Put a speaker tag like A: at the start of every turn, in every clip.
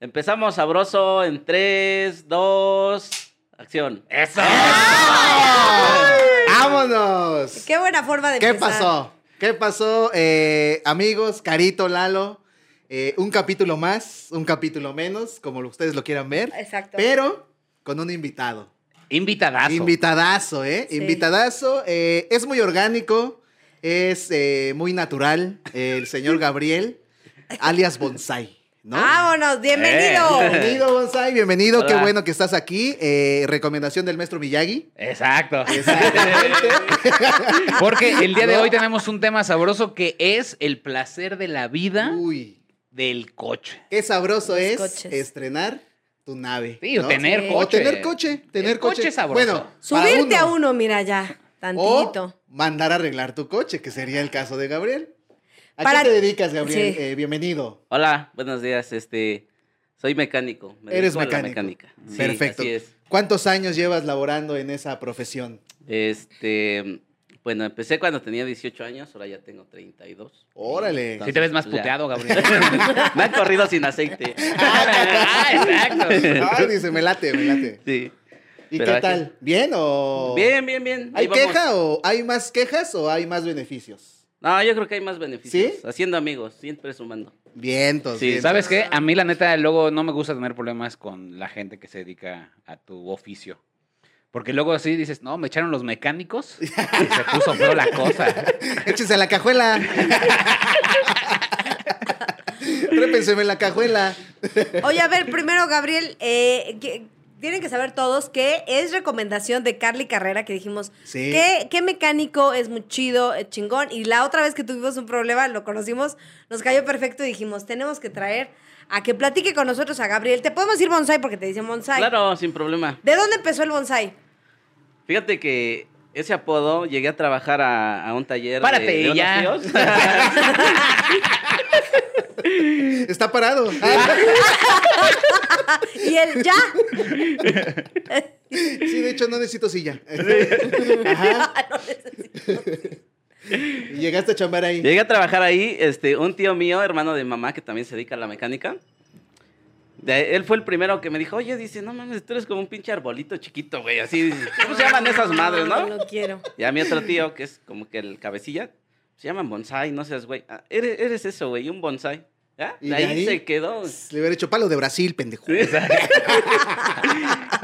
A: Empezamos sabroso en 3, 2, acción. Ah,
B: ¡Eso!
C: Ah. ¡Vámonos!
D: Qué buena forma de
C: ¿Qué
D: empezar.
C: pasó? ¿Qué pasó, eh, amigos? Carito, Lalo. eh, un capítulo más, un capítulo menos, como ustedes lo quieran ver.
D: Exacto.
C: Pero con un invitado.
B: Invitadazo.
C: Invitadazo, ¿eh?
D: Sí.
C: Invitadazo. eh, es muy orgánico, es eh, muy natural. El señor Gabriel, alias Bonsai, ¿no?
D: Vámonos, bienvenido.
B: Eh.
C: Bienvenido, Bonsai, bienvenido. Qué
B: Hola.
C: bueno que estás aquí. Eh, recomendación del maestro Miyagi.
B: Exacto. Porque el día de hoy tenemos un tema sabroso que es el placer de la vida
C: Uy,
B: del coche.
C: qué sabroso
D: Los
C: es
D: coches.
C: estrenar tu nave.
B: Sí, o
C: ¿no?
B: tener
D: Sí.
B: coche.
C: O tener coche, tener
B: El coche
C: coche.
B: es sabroso.
C: Bueno, para
D: Subirte a uno, mira ya, tantito.
C: O mandar a arreglar tu coche, que sería el caso de Gabriel. ¿A
D: Para-
C: qué te dedicas, Gabriel?
D: Sí.
C: Eh, bienvenido.
A: Hola, buenos días. Este, soy mecánico. me
C: Eres
A: dedico a la
C: mecánico.
A: mecánica. Sí,
C: Perfecto.
A: así es.
C: ¿Cuántos años llevas laborando en esa profesión?
A: Este, bueno, empecé cuando tenía 18 años, ahora ya tengo 32.
C: Órale.
B: Si te ves más
A: Entonces,
B: puteado, Gabriel.
A: ya. Me han corrido sin aceite.
B: ah, exacto.
C: Ay, dice, me late, me late.
A: Sí.
C: ¿Y
A: Pero
C: qué
A: aquí-
C: tal? ¿Bien o...?
A: Bien, bien, bien. ahí
C: Oh. ¿Hay
A: vamos.
C: queja o hay más quejas o hay más beneficios?
A: No, yo creo que hay más beneficios.
C: ¿Sí?
A: Haciendo amigos, siempre sumando.
C: Vientos,
A: Sí,
C: vientos.
B: ¿Sabes qué? A mí, la neta, luego no me gusta tener problemas con la gente que se dedica a tu oficio. Porque luego así dices, no, me echaron los mecánicos y se puso feo la cosa.
C: Échense la cajuela. Trépenseme la cajuela. Oh.
D: Oye, a ver, primero, Gabriel, eh, que- tienen que saber todos que es recomendación de Carly Carrera que dijimos
C: Sí.
D: que, que mecánico es muy chido, es chingón. Y la otra vez que tuvimos un problema, lo conocimos, nos cayó perfecto y dijimos, tenemos que traer a que platique con nosotros a Gabriel. Te podemos decir bonsai porque te dicen bonsai.
A: Claro, sin problema.
D: ¿De dónde empezó el bonsai?
A: Fíjate que ese apodo llegué a trabajar a, a un taller. de-
B: Párate,
A: de unos
B: ya.
A: tíos.
C: Está parado.
D: Y el ya.
C: Sí, de hecho no necesito silla.
D: No necesito.
C: Y Llegaste a chambar ahí.
A: llegué a trabajar ahí. Este, un tío mío, hermano de mamá, que también se dedica a la mecánica. de- él fue el primero que me dijo, oye, dice, no mames, tú eres como un pinche arbolito chiquito, güey. Así, dice, ¿cómo se llaman esas madres, no?
D: No quiero.
A: Y a mi otro tío, que es como que el cabecilla, se llaman bonsai, no seas güey. Ah, eres, eres eso, güey, un bonsai. ¿Ya?
C: ¿Y
A: De
C: de
A: ahí,
C: ahí?
A: se quedó.
C: Le hubiera hecho palo de Brasil, pendejo.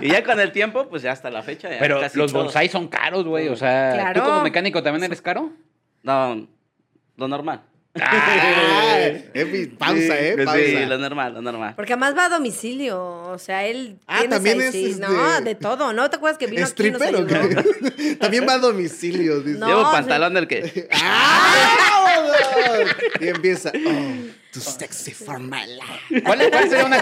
A: Y ya con el tiempo, pues ya hasta la fecha. ya
B: Pero
A: casi
B: los
A: todos.
B: bonsai son caros, güey. O sea,
D: Claro.
B: ¿tú como mecánico también eres caro?
A: No, lo normal.
C: Ah, eh, mi- pausa,
A: Sí,
C: eh,
A: pues
C: pausa.
A: Sí, lo normal, lo normal.
D: Porque además va a domicilio, o sea, él
C: Ah,
D: tiene
C: también
D: seis-
C: es,
D: sí,
C: este,
D: no, de todo, ¿no? ¿Te acuerdas que vino aquí y nos
C: ¿Stripper o
D: ayudó?
C: qué? También va a domicilio, dice.
D: No,
A: Llevo
D: sí.
A: pantalón del que.
C: ¡Ah! ¡Vámonos! Y empieza. Oh, tu sexy formal.
B: ¿Cuál, cuál sería una...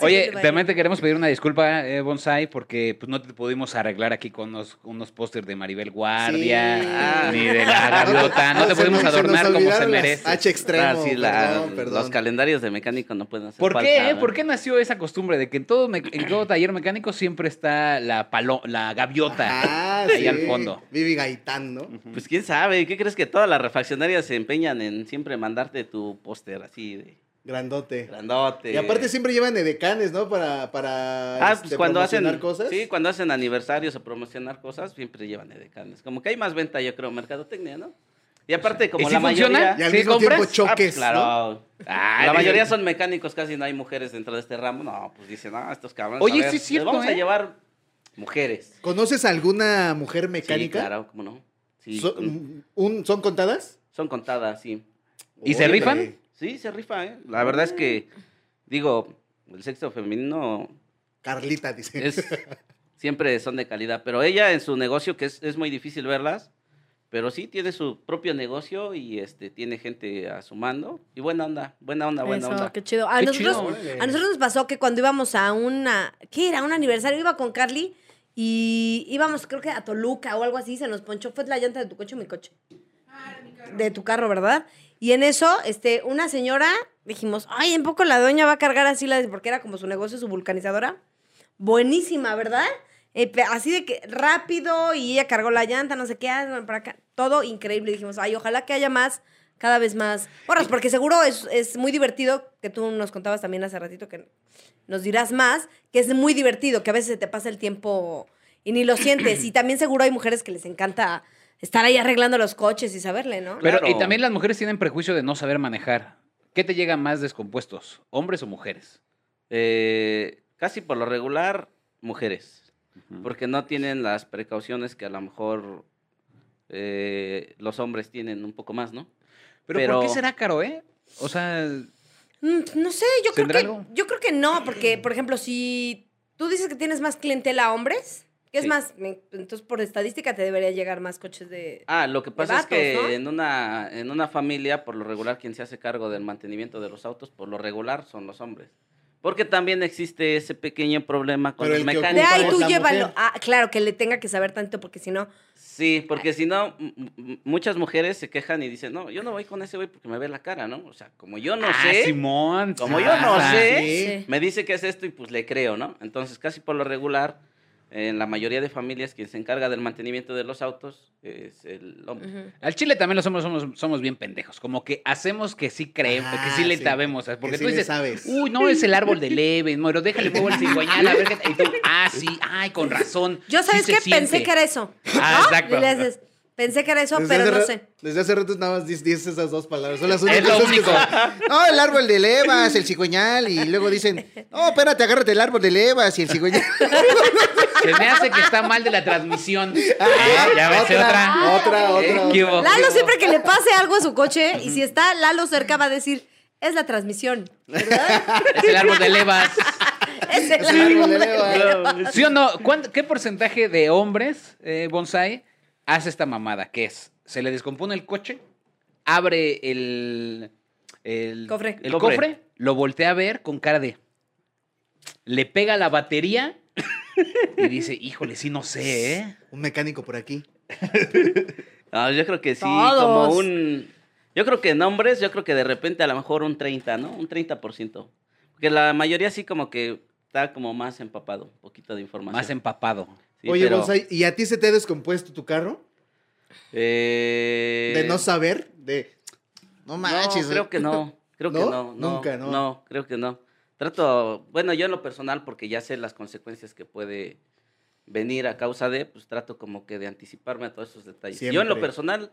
B: Oye,
D: vale.
B: también te queremos pedir una disculpa, eh, Bonsai, porque pues, no te pudimos arreglar aquí con unos, unos pósters de Maribel
C: Sí.
B: Guardia,
C: Ah.
B: ni de la gaviota. No te
C: Se
B: pudimos
C: nos- se nos
B: adornar como se
C: olvidaron las
B: merece.
C: H extremo.
A: Ah, sí, la-
C: perdón, perdón.
A: Los calendarios de mecánico no pueden hacer
B: ¿Por
A: falta,
B: qué? eh?
A: ¿no?
B: ¿Por qué nació esa costumbre de que en todo, me- en todo taller mecánico siempre está la, palo- la gaviota
C: Ah,
B: ahí
C: sí.
B: al fondo?
C: Vivi Gaitán, ¿no?
A: Pues quién sabe, ¿qué crees que todas las refaccionarias se empeñan en siempre mandarte tu póster así de
C: Grandote.
A: grandote?
C: Y aparte siempre llevan edecanes, ¿no? Para, para
A: Ah,
C: este,
A: pues cuando hacen
C: promocionar cosas.
A: Sí, cuando hacen aniversarios o promocionar cosas, siempre llevan edecanes. Como que hay más venta, yo creo, mercadotecnia, ¿no? Y aparte, como
B: ¿Y
A: la
B: si funciona?
A: mayoría.
C: Y al
B: ¿Sí
C: mismo
B: compras?
C: tiempo choques.
A: Ah,
C: ¿no?
A: claro.
B: Ah,
A: la
B: de-
A: mayoría son mecánicos, casi no hay mujeres dentro de este ramo. No, pues dicen, ah, estos cabrones.
B: Oye,
A: a ver,
B: sí es
A: les
B: cierto,
A: Vamos a
B: ¿eh?
A: llevar mujeres.
C: ¿Conoces alguna mujer mecánica?
A: Sí, claro, cómo no. Sí,
C: ¿Son,
A: con-
C: un- ¿son contadas?
A: son contadas, sí.
B: ¿Y se
C: Órale.
B: rifan?
A: Sí, se rifa, ¿eh?
B: Ah.
A: La verdad es que, digo, el sexo femenino
C: Carlita dice.
A: es, siempre son de calidad, pero ella en su negocio, que es, es muy difícil verlas, pero sí tiene su propio negocio y este tiene gente a su mando. Y buena onda, buena onda, buena
D: Eso,
A: onda.
D: qué chido. A,
B: Qué
D: nosotros,
B: chido,
C: órale.
D: a nosotros nos pasó que cuando íbamos a una, ¿qué era? Un aniversario, iba con Carly y íbamos creo que a Toluca o algo así, se nos ponchó, fue la llanta de tu coche o mi coche. De tu carro, ¿verdad? Y en eso, este, una señora, dijimos, ay, en poco la doña va a cargar así la, porque era como su negocio, su vulcanizadora. Buenísima, ¿verdad? Eh, pe- así de que rápido y ella cargó la llanta, no sé qué, ah, para acá. todo increíble. Dijimos, ay, ojalá que haya más cada vez más borras, porque seguro es, es muy divertido, que tú nos contabas también hace ratito, que nos dirás más, que es muy divertido, que a veces se te pasa el tiempo y ni lo sientes. Y también seguro hay mujeres que les encanta estar ahí arreglando los coches y saberle, ¿no?
B: Pero,
A: Claro.
B: Y también las mujeres tienen prejuicio de no saber manejar. ¿Qué te llega más descompuestos, hombres o mujeres?
A: Eh, casi por lo regular, mujeres. Porque no tienen las precauciones que a lo mejor eh, los hombres tienen un poco más, ¿no?
B: Pero,
A: pero-
B: ¿por qué será caro, eh? O sea,
D: Mm, No sé, yo creo,
B: ¿Tendrá
D: que,
B: algo?
D: yo creo que no, porque, por ejemplo, si tú dices que tienes más clientela hombres, que es
A: Sí.
D: más, me- entonces por estadística te debería llegar más coches de...
A: Ah, lo que pasa es
D: vatos,
A: que
D: ¿no?
A: en, una, en una familia, por lo regular, quien se hace cargo del mantenimiento de los autos, por lo regular, son los hombres. Porque también existe ese pequeño problema con
C: Pero
A: los
C: el que
D: De
A: mecánicos.
C: ocupa
D: ahí
C: es
D: tú
C: la
D: llévalo.
C: mujer.
D: Ah, claro, que le tenga que saber tanto, porque si no...
A: Sí, porque si no, m- m- muchas mujeres se quejan y dicen, no, yo no voy con ese güey porque me ve la cara, ¿no? O sea, como yo no
B: ah,
A: sé,
B: Simón.
A: como yo no
B: Ah,
A: sé,
D: Sí.
A: me dice que es esto y pues le creo, ¿no? Entonces, casi por lo regular, en la mayoría de familias, quien se encarga del mantenimiento de los autos es el hombre.
D: Ujú.
B: Al Chile también los hombres somos, somos bien pendejos. Como que hacemos que sí creemos,
C: Ah,
B: que sí le
C: sí.
B: sabemos. ¿sabes? Porque
C: Que sí
B: tú
C: le
B: dices,
C: sabes.
B: uy, no, es el árbol de Leven, Moro, déjale muevo el cigüeñal, a ver qué... Y tú, ah, sí, ay, con razón.
D: Yo,
B: sí
D: ¿sabes
B: se
D: qué?
B: siente".
D: Pensé que era eso.
B: Ah,
D: ¿no?
B: exacto.
D: Y le haces, pensé que era eso,
C: Desde
D: pero
C: hace
D: no
C: ra-
D: sé.
C: Desde hace rato nada más dis- dices esas dos palabras. Son las
B: Es
C: únicas
B: lo
C: cosas que
B: único.
C: son. No, el árbol de levas, el cigüeñal. Y luego dicen, no, espérate, agárrate el árbol de levas y el cigüeñal.
B: Se me hace que está mal de la transmisión. Eh, ya ves, otra.
C: otra. Otra,
B: Eh,
C: otra,
B: ¿qué
C: otra.
B: hubo?
D: Lalo siempre que le pase algo a su coche, y si está Lalo cerca, va a decir, es la transmisión.
B: Es el árbol de levas.
D: Es el
C: Es el árbol de
D: árbol.
C: levas.
B: ¿Sí o no? ¿Cuánto- ¿Qué porcentaje de hombres, eh, Bonsai, hace esta mamada? ¿Qué es? ¿Se le descompone el coche? ¿Abre el, el,
D: Cofre.
B: el
A: Cofre.
B: cofre? Lo voltea a ver con cara de... Le pega la batería y dice, híjole, sí no sé, ¿eh?
C: Un mecánico por aquí.
A: Ah, yo creo que sí,
D: Todos.
A: como un... Yo creo que en hombres, yo creo que de repente a lo mejor un 30, ¿no? Un 30%. Porque la mayoría sí como que está como más empapado, un poquito de información.
B: Más empapado.
A: Sí,
C: em- Oye,
A: pero,
C: Bonsai, ¿y a ti se te ha descompuesto tu carro?
A: eh,
C: De no saber, de... No manches.
A: No, creo que no. Creo que
C: ¿No?
A: no, no.
C: Nunca, ¿no?
A: No, creo que no. Trato, bueno, yo en lo personal, porque ya sé las consecuencias que puede venir a causa de, pues trato como que de anticiparme a todos esos detalles. Yo en lo
C: Siempre.
A: personal,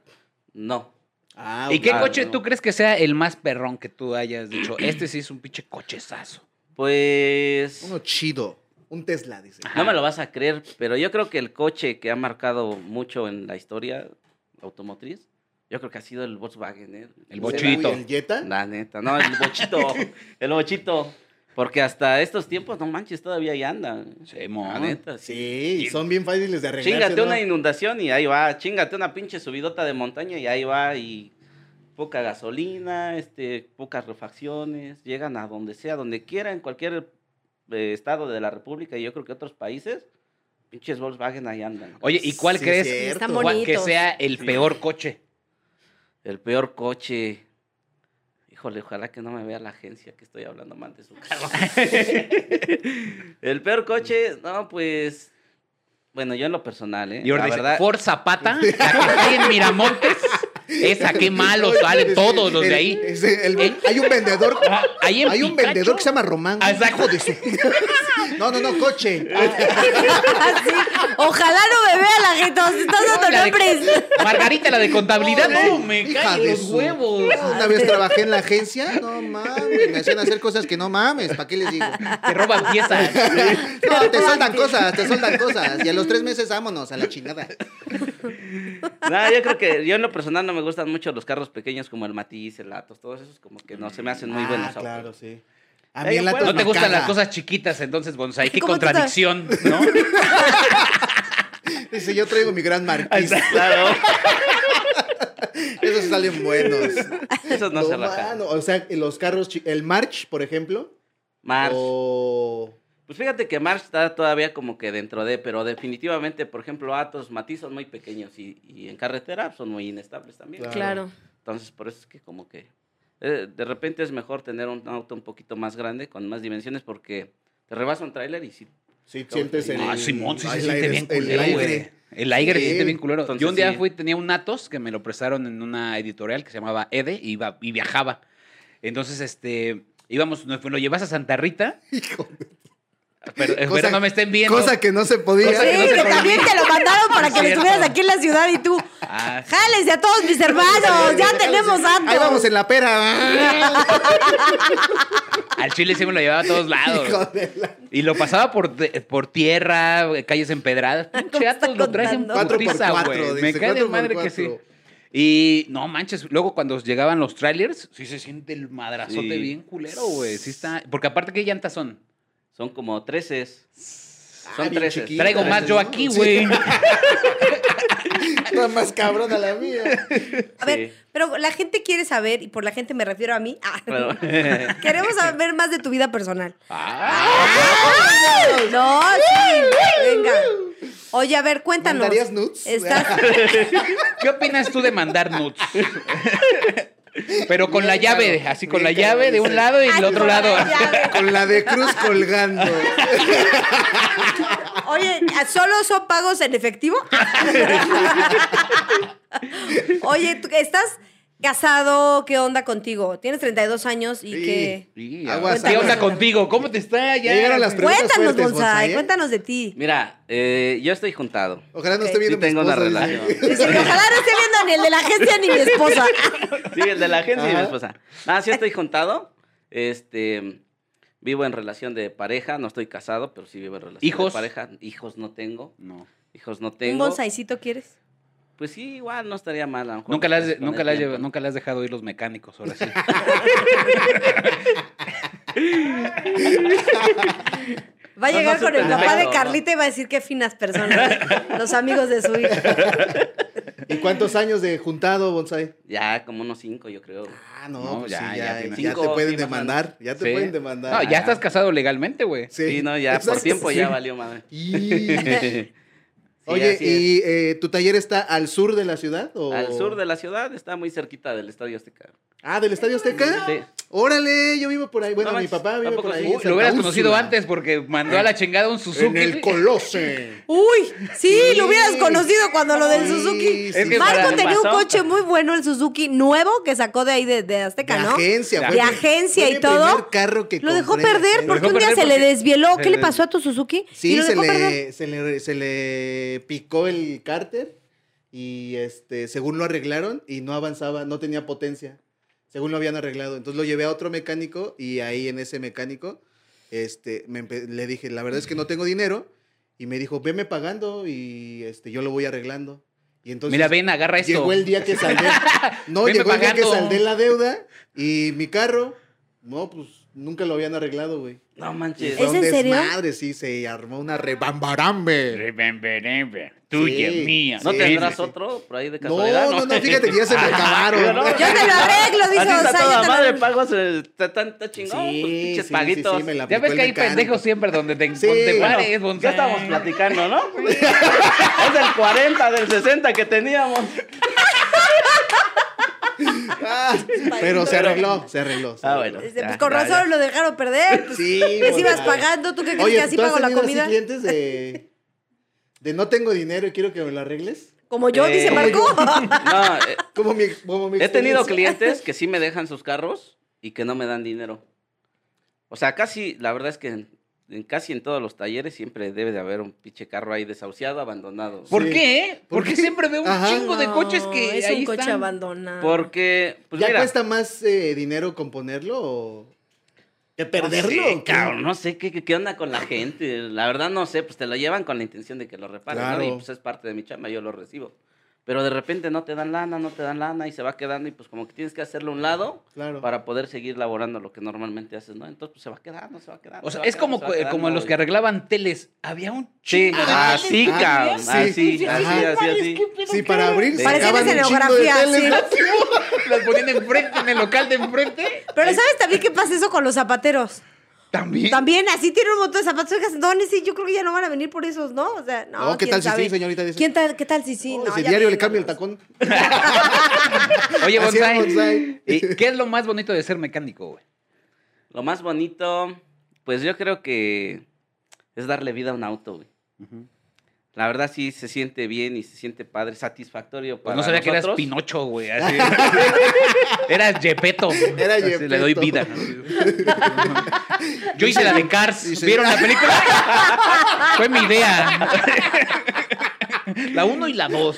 A: no.
C: Ah,
B: ¿Y qué
A: claro,
B: coche
A: no.
B: tú crees que sea el más perrón que tú hayas dicho? Este sí es un pinche cochezazo.
A: Pues.
C: Uno chido. Un Tesla, dice.
A: No me lo vas a creer, pero yo creo que el coche que ha marcado mucho en la historia automotriz, yo creo que ha sido el Volkswagen. ¿eh?
B: El
A: Sedán.
B: bochito.
C: Uy, ¿El Jetta?
A: La neta, no, el bochito. el bochito. Porque hasta estos tiempos, no manches, todavía ahí anda.
B: Sí,
A: La
B: mon.
A: neta, sí.
C: Sí, son bien fáciles de arreglar.
A: Chingate una inundación y ahí va. Chingate una pinche subidota de montaña y ahí va. Y poca gasolina, este, pocas refacciones. Llegan a donde sea, donde quiera, en cualquier eh, estado de la República y yo creo que otros países. Pinches Volkswagen ahí andan.
B: Oye, ¿y cuál
C: Sí,
B: crees
C: cierto.
D: Están
B: cua- que
D: bonitos.
B: sea el peor coche?
A: El peor coche. Híjole, ojalá que no me vea la agencia que estoy hablando mal de su carro. el peor coche, no, pues. Bueno, yo en lo personal, ¿eh?
B: Y ahora
A: la
B: dice,
A: verdad,
B: Ford Zapata, la que está en Miramontes, esa qué malo sale todos los de ahí.
C: Es el- hay un vendedor.
B: Ah, ahí en
C: Hay un
B: Picacho.
C: vendedor que se llama Román.
B: Ah, exacto.
C: hijo
B: Ah,
C: de su- No, no, no, coche.
D: Así, Ojalá no me vea la gente, nos estás dando
B: La de-
D: nombres.
B: Margarita, la de contabilidad,
C: No,
B: no,
C: no,
B: me
C: hija
B: caen
C: de
B: los
C: su-
B: huevos.
C: Una vez trabajé en la agencia, no mames, me hacían hacer cosas que no mames, ¿para qué les digo?
B: Te roban piezas.
C: No, te soldan cosas, te soldan cosas. Y a los tres meses, vámonos a la chingada.
A: no, yo creo que yo en lo personal no me gustan mucho los carros pequeños como el Matiz, el Atos, todos esos como que no se me hacen
C: Mm,
A: muy
C: ah,
A: buenos autos.
C: sí.
A: Eh,
C: A mí el
A: bueno,
C: Atos
B: No
C: me
B: te gustan
C: caga.
B: las cosas chiquitas, entonces, Bonsai. Qué
D: ¿Cómo tú sabes?
B: contradicción, ¿no?
C: Dice, yo traigo mi gran marqués.
A: Claro,
C: Esos salen buenos.
A: esos no, se rajan.
C: mano, O sea, los carros, chi- el March, por ejemplo.
A: Mars.
C: O...
A: Pues fíjate que Mars está todavía como que dentro de, pero definitivamente, por ejemplo, Atos, Matiz son muy pequeños y, y en carretera son muy inestables también.
C: Claro.
D: Claro.
A: Entonces, por eso es que como que eh, de repente es mejor tener un auto un poquito más grande, con más dimensiones, porque te rebasa un tráiler y si
C: Sí, sientes el.
B: Ah, Simón, sí se
C: el
B: siente
C: aire-
B: bien
C: El
B: culero, güey.
C: aire.
B: El aire se
C: Sí.
B: siente bien culero. Yo un
A: Entonces,
B: día
A: sí.
B: fui, tenía un Atos que me lo prestaron en una editorial que se llamaba Ede y, iba, y viajaba. Entonces, este, íbamos, nos- lo llevas a Santa Rita. Pero espero
C: Cosa-
B: no me estén viendo.
C: Cosa que no se podía.
B: Cosa
D: Sí,
B: que no se
D: que
B: prohíbe.
D: también te lo mandaron para que lo
B: Cierto.
D: estuvieras aquí en la ciudad y tú.
B: Ah, sí.
D: ¡Jálense a todos mis hermanos! ¡Ya tenemos datos!
C: Ahí vamos en la pera.
B: al Chile sí me lo llevaba a todos lados.
C: Hijo de la-
B: Y lo pasaba por, de- por tierra, calles empedradas. Pinche
D: está
B: Atos lo traes en
D: contando?
C: Cuatro por
B: putiza,
C: cuatro,
B: güey. Me
C: dice,
B: cae de
C: cuatro por
B: madre que sí.
C: cuatro.
B: Y no manches, luego cuando llegaban los trailers, sí se siente el madrazote
A: Sí.
B: bien culero, güey. Sí está. Porque aparte, ¿qué llantas son?
A: Son como 13.
C: Ah,
A: Son
C: bien
A: 13.
C: chiquito.
B: Traigo más yo
C: ¿no?
B: aquí,
C: Sí.
B: güey.
C: Está más cabrón a la mía.
D: A ver,
A: Sí.
D: pero la gente quiere saber, y por la gente me refiero a mí. ah,
A: Pero-
D: Queremos saber más de tu vida personal.
B: Ah,
D: No, sí, venga. Oye, a ver, cuéntanos.
C: ¿Mandarías nudes?
D: Estás-
B: ¿Qué opinas tú de mandar nudes? Pero con
C: Bien
B: la llave,
C: raro,
B: así con
C: bien
B: la
C: raro,
B: llave de un
C: dice.
B: lado y
D: Ay,
B: del otro
D: con la
B: lado.
D: llave.
C: Con la de cruz colgando.
D: Oye, ¿solo son pagos en efectivo? Oye, ¿tú estás casado? ¿Qué onda contigo? Tienes 32 años y
C: Sí.
D: que...
B: Sí,
C: Aguas,
B: ¿Qué onda
C: aguas.
B: contigo? ¿Cómo te está? Ya,
C: Ya llegaron las preguntas.
D: Cuéntanos,
C: fuertes,
D: Bonsai,
C: Bonsai, ¿eh?
D: cuéntanos de ti.
A: Mira, eh, yo estoy juntado.
C: Ojalá no
D: Ok.
C: esté
A: Sí
C: viendo mi
A: tengo una
C: esposa, dice.
A: relación.
D: Dice que ojalá no esté viendo ni el de la agencia ni mi esposa.
A: Sí, el de la agencia y mi
C: Ajá.
A: esposa. Nada, sí estoy juntado. Este, vivo en relación de pareja. No estoy casado, pero sí vivo en relación
B: ¿Hijos?
A: de pareja. Hijos no tengo.
B: No.
A: Hijos no
D: ¿Un
A: tengo.
D: bonsaicito quieres?
A: Pues sí, igual no estaría mal. a lo mejor
B: Nunca le has,
A: después con
B: nunca,
A: el
B: le has
A: tiempo.
B: llevado- nunca le has dejado ir los mecánicos, ahora sí.
D: Va a
A: No,
D: llegar
A: no,
D: con el
A: súper
D: papá de
A: perfecto,
D: Carlita y va a decir qué finas personas, los amigos de su hija.
C: ¿Y cuántos años de juntado, Bonsai?
A: Ya, como unos cinco, yo creo.
C: Ah, no,
B: No,
C: pues
B: ya,
C: sí,
B: ya
C: ya,
B: tiene-
C: ya
A: Cinco,
C: te pueden
A: sí,
C: demandar. Ya te
B: Sí.
C: pueden demandar.
B: No, ya estás casado legalmente, güey.
A: Sí, no, ya por
C: exacto,
A: tiempo
C: sí.
A: ya valió madre.
C: Y-
A: Sí,
C: Oye,
A: así es.
C: ¿y eh, tu taller está al sur de la ciudad? O...
A: Al sur de la ciudad está muy cerquita del Estadio Azteca.
C: Ah, ¿del Estadio Azteca?
A: Sí.
C: Órale, yo vivo por ahí. Bueno,
A: No
C: mi
A: manches,
C: papá vive
A: tampoco
C: por ahí.
A: sí.
C: en
B: Lo
C: Santa
B: hubieras conocido
C: Úrsula.
B: antes porque mandó a la chingada un Suzuki.
C: En el Colose.
D: Uy, sí, lo hubieras conocido cuando lo del
C: Sí,
D: Suzuki.
C: sí,
B: Es que para
D: Marco
B: mí
D: tenía un
A: pasó.
D: coche muy bueno, el Suzuki nuevo, que sacó de ahí de, de Azteca,
C: de
D: ¿no?
C: agencia.
B: De
C: fue mi-
D: agencia
C: fue
D: y
C: mi
D: todo.
C: primer carro que
D: Lo dejó
C: compré.
D: perder
B: Lo
D: porque
B: dejó
D: un día
B: perder
D: se le
B: porque
D: desvieló.
B: se
D: ¿Qué le
B: le-
D: pasó a tu Suzuki? y
C: Sí,
D: lo
C: se
D: dejó perder.
C: le, se, le, se le picó el cárter y este, según lo arreglaron y no avanzaba, no tenía potencia, según lo habían arreglado. Entonces lo llevé a otro mecánico y ahí en ese mecánico este, me empe- le dije, la verdad es que no tengo dinero y me dijo, veme pagando y este, yo lo voy arreglando. Y entonces
B: Mira, ven, agarra esto.
C: llegó el día que saldé, no,
B: Veme
C: llegó el día que
B: pagando.
C: saldé la deuda y mi carro, no, pues nunca lo habían arreglado, güey.
A: No manches.
D: ¿Es en serio?
C: Madre, sí, se armó una rebambarambe.
B: Remember, tuya,
C: Sí.
B: mía.
A: ¿No
C: Sí,
A: tendrás
C: sí, sí.
A: otro por ahí de
C: No,
A: casualidad?
C: no, no, fíjate que ya se me
A: Pero
C: acabaron.
A: no,
D: Yo te lo arreglo,
A: Así
D: dice
A: está
D: Gonzalo, yo
A: toda
D: te lo
A: madre,
D: arreglo.
A: pagos, eh, está tan está chingón,
C: Sí,
A: pues, pinches
C: sí, sí,
A: paguitos.
C: sí, me la
B: Ya
C: aplicó
B: ves
C: el
B: que hay
C: mecánico.
B: pendejos siempre donde te,
C: Sí.
B: donde
A: Bueno,
B: pares, bonsai.
A: ya estábamos platicando, ¿no? es del 40, del 60 que teníamos.
C: Ah, pero se arregló, se arregló. se
A: Ah,
C: arregló.
A: bueno.
D: Dice,
A: Ya,
D: pues con
A: ya,
D: razón
A: ya.
D: lo dejaron perder. pues,
C: Sí.
D: les ibas
C: bueno.
D: pagando, ¿tú qué crees
C: Oye,
D: que así
C: ¿tú has
D: pago la
C: tenido así
D: comida?
C: clientes de, de no tengo dinero y quiero que me lo arregles?
D: Como yo,
A: Eh,
D: dice Marco.
A: No, eh,
C: Como mi, como mi
A: he tenido
C: experiencia.
A: clientes que sí me dejan sus carros y que no me dan dinero. O sea, casi, la verdad es que en, en casi en todos los talleres siempre debe de haber un pinche carro ahí desahuciado, abandonado.
B: ¿Por
C: Sí.
B: qué?
C: ¿Por
B: Porque
C: qué?
B: siempre veo un
C: Ajá.
B: chingo de coches
D: No,
B: que
D: Es
B: ahí
D: un coche
B: están.
D: abandonado.
A: Porque, pues
C: ¿Ya
A: mira,
C: cuesta más eh, dinero componerlo o que perderlo?
A: No sé,
C: o qué?
A: Ah, cabrón, no sé ¿qué, qué, qué onda con la gente. La verdad no sé, pues te lo llevan con la intención de que lo reparen, ¿no?
C: Claro.
A: Y pues es parte de mi chamba, yo lo recibo. Pero de repente no te dan lana, no te dan lana y se va quedando y pues como que tienes que hacerlo a un lado
C: Claro.
A: para poder seguir laborando lo que normalmente haces, ¿no? Entonces pues se va quedando, se va quedando.
B: O
A: se
B: sea,
A: va
B: es
A: quedando, se
B: como, eh,
A: va quedando,
B: como los
A: y-
B: que arreglaban teles. Había un
A: Sí,
B: chingo de teles.
A: así,
C: Ah,
A: cabrón,
C: sí.
A: así, así,
C: Ajá.
A: así, así.
C: Sí, para abrir
A: Parecían
C: sacaban un chingo de
D: escenografía,
C: teles,
D: sí.
C: ¿no?
B: Las ponían enfrente, en el local de enfrente.
D: Pero ¿sabes también qué pasa eso con los zapateros?
B: También.
D: También así tiene un montón de zapatos. Oiga, dones y yo creo que ya no van a venir por esos, ¿no? O sea, no.
C: No, ¿qué
D: quién
C: tal si sí,
D: sabe?
C: señorita? Dice.
D: ¿Quién tal, ¿Qué tal si sí?
C: Oh,
D: No,
C: si
D: ya
C: diario le
D: vimos.
C: cambio el tacón.
B: Oye,
C: Así era
B: bonsai.
C: bonsai.
B: ¿Y ¿Qué es lo más bonito de ser mecánico, güey?
A: Lo más bonito, pues yo creo que es darle vida a un auto, güey. La verdad sí se siente bien y se siente padre, satisfactorio para
B: Pues no sabía que eras
A: nosotros.
B: Pinocho, güey. así. eras Yepeto.
C: Era
B: Le doy
C: Gepetto.
B: vida. Yo hice la de
C: Y
B: Cars.
C: se-
B: ¿Vieron la película? Fue mi idea. La 1 y la 2.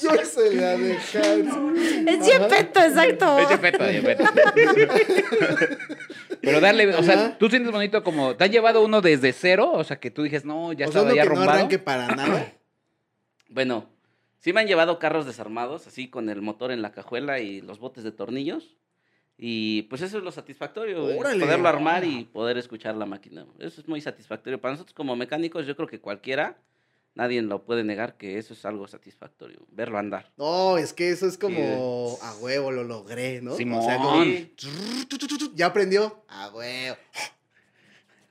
C: Yo se la dejé.
D: Es Gepetto, exacto.
B: Es Yepeto, Yepeto. Pero darle, o sea,
C: Ajá.
B: tú sientes bonito como, ¿te han llevado uno desde cero? O sea, que tú dijes, no, ya
C: O sea,
B: estaba
C: uno que
B: ya
C: no
B: arrumbado.
C: arranque para nada.
A: Bueno, sí me han llevado carros desarmados, así con el motor en la cajuela y los botes de tornillos. Y pues eso es lo satisfactorio, güey,
C: Órale.
A: poderlo armar y poder escuchar la máquina. Eso es muy satisfactorio. Para nosotros como mecánicos, yo creo que cualquiera, nadie lo puede negar que eso es algo satisfactorio, verlo andar.
C: No, es que eso es
A: Sí,
C: como
A: es-
C: a huevo, lo logré, ¿no?
B: Simón.
C: O sea, como,
A: Sí.
C: ya aprendió. A huevo.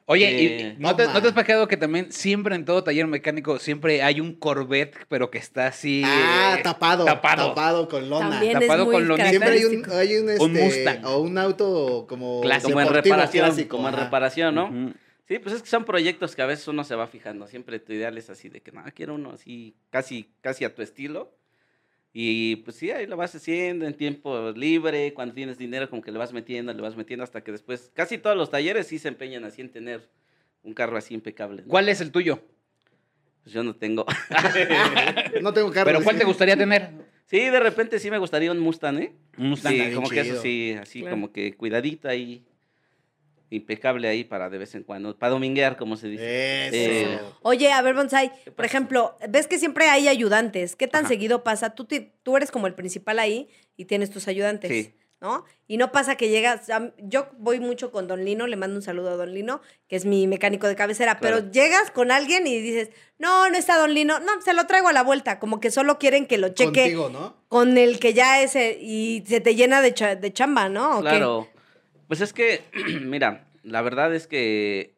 B: Oye, y-
A: Eh,
B: y ¿no, te,
C: no
B: ¿no te has
C: ma.
B: fijado que también siempre en todo taller mecánico siempre hay un Corvette, pero que está así...
C: Ah,
B: eh,
C: tapado.
B: Tapado.
C: Tapado. con lona.
D: También
B: Tapado
D: es muy
B: con lo mismo.
C: Siempre hay un,
D: característico.
C: hay un, este,
B: Un Mustang.
C: o un auto como,
B: Clásico.
A: Como en
C: deportivo
A: reparación,
C: clásico,
A: como en
C: ajá.
A: reparación, ¿no?
B: Ujú.
A: Sí, pues es que son proyectos que a veces uno se va fijando. Siempre tu ideal es así de que, no, quiero uno así, casi, casi a tu estilo. Y pues sí, ahí lo vas haciendo en tiempo libre, cuando tienes dinero, como que le vas metiendo, le vas metiendo hasta que después, casi todos los talleres sí se empeñan así en tener un carro así impecable. ¿no?
B: ¿Cuál es el tuyo?
A: Pues yo no tengo.
C: No tengo carro.
B: ¿Pero cuál
C: sí.
B: te gustaría tener?
A: sí, de repente sí me gustaría un Mustang, ¿eh?
B: Un Mustang.
A: sí,
C: bien
A: como que eso
C: chido.
A: sí, así
D: Claro.
A: como que cuidadito ahí, impecable ahí para de vez en cuando, para dominguear, como se dice. Eh,
C: Eso.
D: Oye, a ver, Bonsai, por
A: pasa?
D: ejemplo, ves que siempre hay ayudantes. ¿Qué tan
A: Ajá.
D: seguido pasa? Tú, ti- tú eres como el principal ahí y tienes tus ayudantes,
A: Sí.
D: ¿no? Y no pasa que llegas. a- yo voy mucho con Don Lino, le mando un saludo a Don Lino, que es mi mecánico de cabecera,
A: Claro.
D: pero llegas con alguien y dices, no, no está Don Lino, no, se lo traigo a la vuelta. Como que solo quieren que lo cheque
C: Contigo, ¿no?
D: con el que ya es. el- y se te llena de, cha- de chamba, ¿no? ¿O qué?
A: Claro. Pues es que, mira, la verdad es que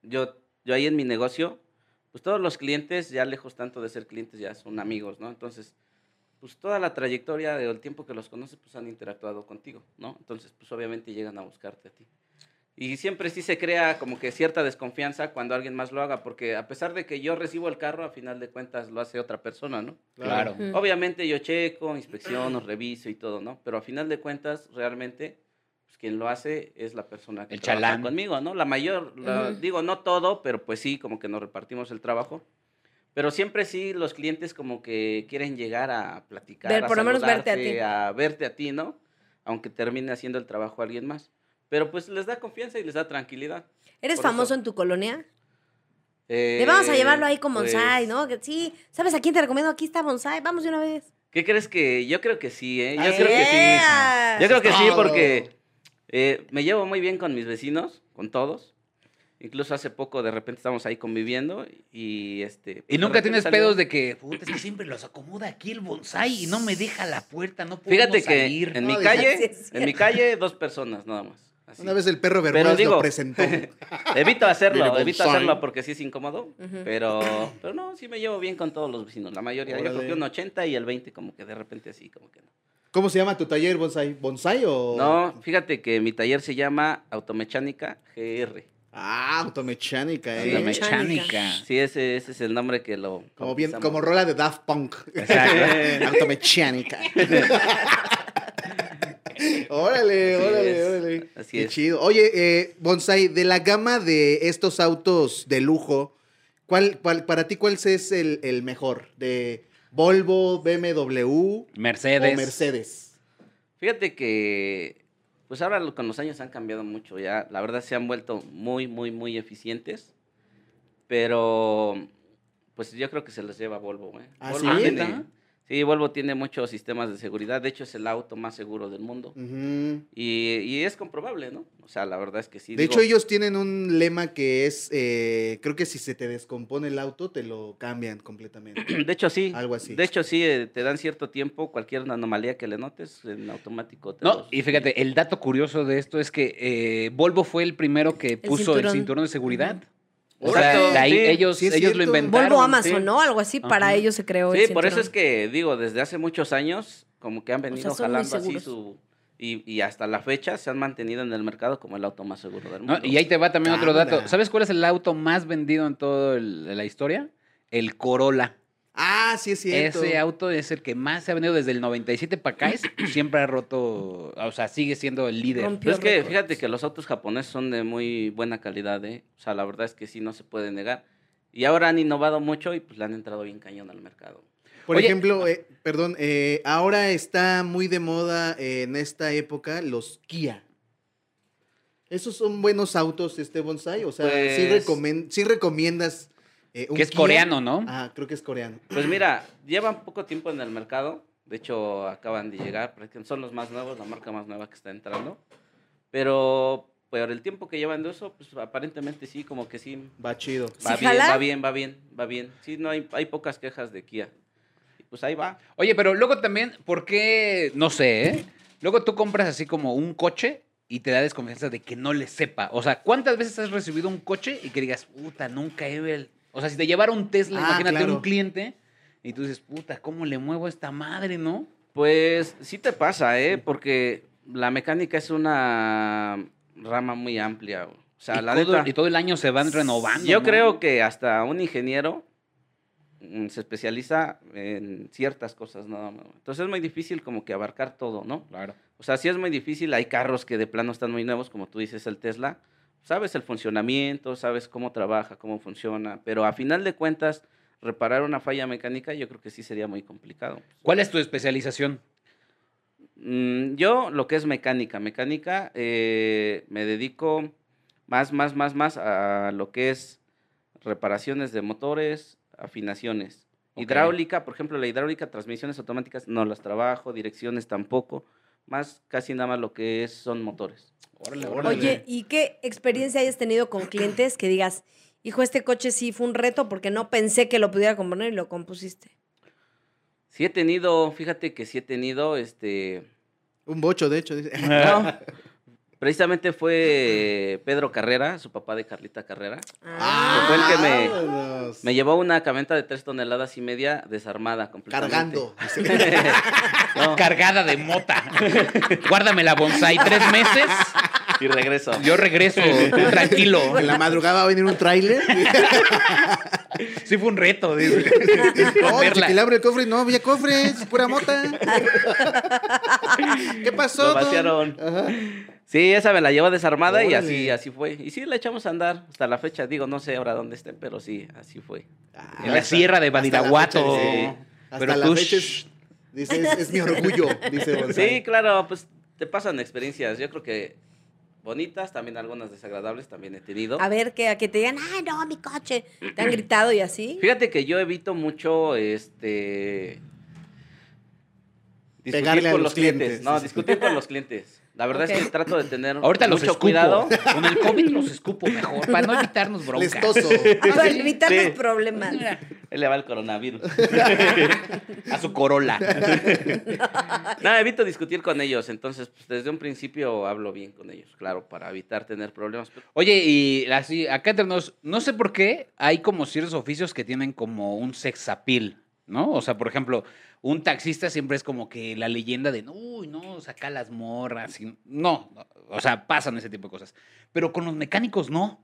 A: yo, yo ahí en mi negocio, pues todos los clientes, ya lejos tanto de ser clientes, ya son amigos, ¿no? Entonces, pues toda la trayectoria o el tiempo que los conoces, pues han interactuado contigo, ¿no? Entonces, pues obviamente llegan a buscarte a ti. Y siempre sí se crea como que cierta desconfianza cuando alguien más lo haga, porque a pesar de que yo recibo el carro, a final de cuentas lo hace otra persona, ¿no?
B: Claro.
D: Ujú.
A: Obviamente yo checo, inspecciono, reviso y todo, ¿no? Pero a final de cuentas, realmente, pues quien lo hace es la persona que
B: El
A: trabaja
B: chalán.
A: conmigo, ¿no? La mayor, la-
D: Ujú.
A: digo, no todo, pero pues sí, como que nos repartimos el trabajo. Pero siempre sí los clientes como que quieren llegar a platicar,
D: Ver-
A: a
D: por lo menos verte a
A: saludarte,
D: ti.
A: a verte a ti, ¿no? Aunque termine haciendo el trabajo alguien más. Pero pues les da confianza y les da tranquilidad.
D: ¿Eres
A: por eso.
D: famoso en tu colonia?
A: Eh,
D: Le vamos a llevarlo ahí con
A: pues,
D: bonsai, ¿no? Que Sí, ¿sabes a quién te recomiendo? Aquí está bonsai, vamos de una vez.
A: ¿Qué crees que? Yo creo que sí, ¿eh? Yo
C: Ah,
A: creo que sí.
D: ¡Ea!
A: Yo creo que sí,
C: Todo.
A: porque eh, me llevo muy bien con mis vecinos, con todos. Incluso hace poco de repente estamos ahí conviviendo y este.
B: Y nunca tienes pedos de que, puta, es que siempre los acomoda aquí el bonsai y no me deja la puerta, no puedo
A: Fíjate que
B: salir.
A: en
C: No,
A: mi
C: de-
D: Sí,
A: calle,
D: es
A: en mi calle, dos personas nada más. así.
C: Una vez el perro
A: Pero
C: Bermúdez
A: digo-
C: lo presentó.
A: Evito hacerlo,
C: Mire,
A: evito
C: bonsai.
A: hacerlo porque sí es incómodo.
D: Ujú.
A: Pero, pero no, sí me llevo bien con todos los vecinos. La mayoría, yo creo
C: Órale.
A: que un 80 y el 20 como que de repente así, como que no.
C: ¿Cómo se llama tu taller, Bonsai? ¿Bonsai o...?
A: No, fíjate que mi taller se llama Automecánica GR.
C: Ah, automecánica,
B: La
C: eh.
D: Automec-
B: mecánica.
A: Sí, ese, ese es el nombre que lo.
C: Como, bien,
A: bautizamos.
C: como rola de Daft Punk.
B: Exacto.
C: automecánica. órale,
A: Así
C: órale,
A: es,
C: órale.
A: así
C: Qué
A: es.
C: chido. Oye, eh, Bonsai, de la gama de estos autos de lujo, ¿cuál, cuál, para ti cuál es el, el mejor? ¿De Volvo, BMW
B: Mercedes.
C: o Mercedes?
A: Fíjate que, pues ahora lo- con los años han cambiado mucho, ya la verdad se han vuelto muy, muy, muy eficientes, pero pues yo creo que se los lleva Volvo, ¿eh?
C: ¿Ah,
A: Volvo
C: sí?
A: tiene,
B: ¿Neta?
A: sí, Volvo tiene muchos sistemas de seguridad, de hecho es el auto más seguro del mundo
C: Ujú.
A: y, y es comprobable, ¿no? O sea, la verdad es que sí.
C: De
A: digo,
C: hecho, ellos tienen un lema que es, eh, creo que si se te descompone el auto, te lo cambian completamente.
A: De hecho sí,
C: Algo así.
A: de hecho sí, eh, te dan cierto tiempo, cualquier anomalía que le notes, en automático te
B: No,
A: los-
B: y fíjate, el dato curioso de esto es que eh, Volvo fue el primero que puso el
D: cinturón.
B: cinturón de seguridad. O
A: Órale.
B: sea, de ahí
A: Sí,
B: ellos,
C: sí es
B: ellos lo
C: cierto.
B: inventaron.
D: Volvo Amazon,
B: sí.
D: ¿no? Algo así, para
B: Ajá.
D: ellos se creó el
A: Sí, por eso
D: cinturón.
A: es que, digo, desde hace muchos años, como que han venido
D: son muy
A: jalando así
D: seguros.
A: su, Y, y hasta la fecha se han mantenido en el mercado como el auto más seguro del
B: No,
A: mundo.
B: y ahí te va también otro dato.
C: Anda.
B: ¿Sabes cuál es el auto más vendido en toda la historia? El Corolla.
C: Ah, sí es cierto.
B: Ese auto es el que más se ha vendido desde el 97 para acá. Es, siempre ha roto, o sea, sigue siendo el líder.
D: Rompió
A: Pero es que
D: récords.
A: fíjate que los autos japoneses son de muy buena calidad, ¿eh? O sea, la verdad es que sí, no se puede negar. Y ahora han innovado mucho y pues le han entrado bien cañón al mercado.
C: Por
B: Oye-
A: ah.
C: ejemplo, eh, perdón, eh, ahora está muy de moda eh, en esta época los Kia. ¿Esos son buenos autos, este bonsai? O sea, ¿sí,
A: Pues-
C: recomen- sí recomiendas eh, un
B: Que es
C: Kia?
B: coreano, ¿no?
C: Ah, creo que es coreano.
A: Pues mira, llevan poco tiempo en el mercado. De hecho, acaban de llegar. porque Son los más nuevos, la marca más nueva que está entrando. Pero por el tiempo que llevan de uso, pues aparentemente sí, como que sí.
C: Va chido.
A: Va,
D: ¿Sí
A: bien,
D: jala?
A: va bien, va bien, va bien. Sí, no hay, hay pocas quejas de Kia. Y pues ahí va.
B: Oye, pero luego también, ¿por qué? No sé, ¿eh? Luego tú compras así como un coche y te da desconfianza de que no le sepa. O sea, ¿cuántas veces has recibido un coche y que digas, puta, nunca he vel- O sea, si te llevara un Tesla,
C: Ah,
B: imagínate
C: claro.
B: un cliente, y tú dices, puta, ¿cómo le muevo a esta madre, no?
A: Pues sí te pasa, ¿eh? Porque la mecánica es una rama muy amplia. güey. O sea,
B: y,
A: la
B: todo,
A: neta,
B: y todo el año se van renovando.
A: Yo
B: ¿no?
A: creo que hasta un ingeniero mm, se especializa en ciertas cosas nada más. güey. Entonces es muy difícil como que abarcar todo, ¿no?
B: Claro.
A: O sea, sí es muy difícil. Hay carros que de plano están muy nuevos, como tú dices, el Tesla. Sabes el funcionamiento, sabes cómo trabaja, cómo funciona, pero a final de cuentas, reparar una falla mecánica yo creo que sí sería muy complicado.
B: ¿Cuál es tu especialización?
A: Mm, yo lo que es mecánica, mecánica, eh, me dedico más, más, más, más a lo que es reparaciones de motores, afinaciones.
B: Ok.
A: Hidráulica, por ejemplo, la hidráulica, transmisiones automáticas, no las trabajo, direcciones tampoco, más casi nada más lo que es, son motores.
B: Órale,
C: órale.
D: Oye, ¿y qué experiencia hayas tenido con clientes que digas, hijo, este coche sí fue un reto porque no pensé que lo pudiera componer y lo compusiste?
A: Sí he tenido, fíjate que sí he tenido, este,
C: Un bocho, de hecho. dice.
A: no, precisamente fue Pedro Carrera, su papá de Carlita Carrera.
C: Ah,
A: Fue el que me-
C: vámonos.
A: Me llevó una camioneta de tres toneladas y media desarmada completamente.
C: Cargando.
A: No,
B: Cargada de mota. Guárdame la bonsai tres meses.
A: y regreso.
B: Yo regreso, tú tranquilo.
C: En la madrugada va a venir un tráiler.
B: Sí fue un reto. dice.
C: No,
B: Comerla.
C: que le abre el cofre. No, había cofre, es pura mota. ¿Qué pasó?
A: Lo
C: don?
A: vaciaron.
C: Ajá.
A: Sí, esa me la llevó desarmada y
C: Órale.
A: así, así fue. Y sí, la echamos a andar hasta la fecha. Digo, no sé ahora dónde esté, pero sí, así fue.
B: En la sierra de Badiraguato.
C: Ah, hasta la fecha,
A: sí.
C: Hasta
B: Pero
C: la
B: tú,
C: fecha es,
B: shh,
C: dice, es, es mi orgullo, dice
A: Sí,
C: Bonsai.
A: claro, pues te pasan experiencias. Yo creo que bonitas, también algunas desagradables también he tenido.
D: A ver, que, a que te digan, ay, no, mi coche. Te han gritado y así.
A: Fíjate que yo evito mucho este.
C: Pegarle a
A: con
C: los clientes.
A: No, discutir con los clientes. La verdad es
D: Ok.
A: que trato de tener
B: ahorita los
A: mucho
B: escupo.
A: cuidado.
B: Con el COVID los escupo mejor, para no evitarnos
C: Les
B: bronca.
C: toso.
D: Ah, Para evitar
A: sí.
D: los problemas.
A: Él le va el coronavirus.
B: A su corola.
D: Ah.
A: No, evito discutir con ellos, entonces pues, desde un principio hablo bien con ellos, claro, para evitar tener problemas. pero-
B: Oye, y así, acá entre nos, no sé por qué hay como ciertos oficios que tienen como un sex appeal, ¿no? O sea, por ejemplo, un taxista siempre es como que la leyenda de, uy, no, saca las morras. y no, no, o sea, pasan ese tipo de cosas. Pero con los mecánicos no.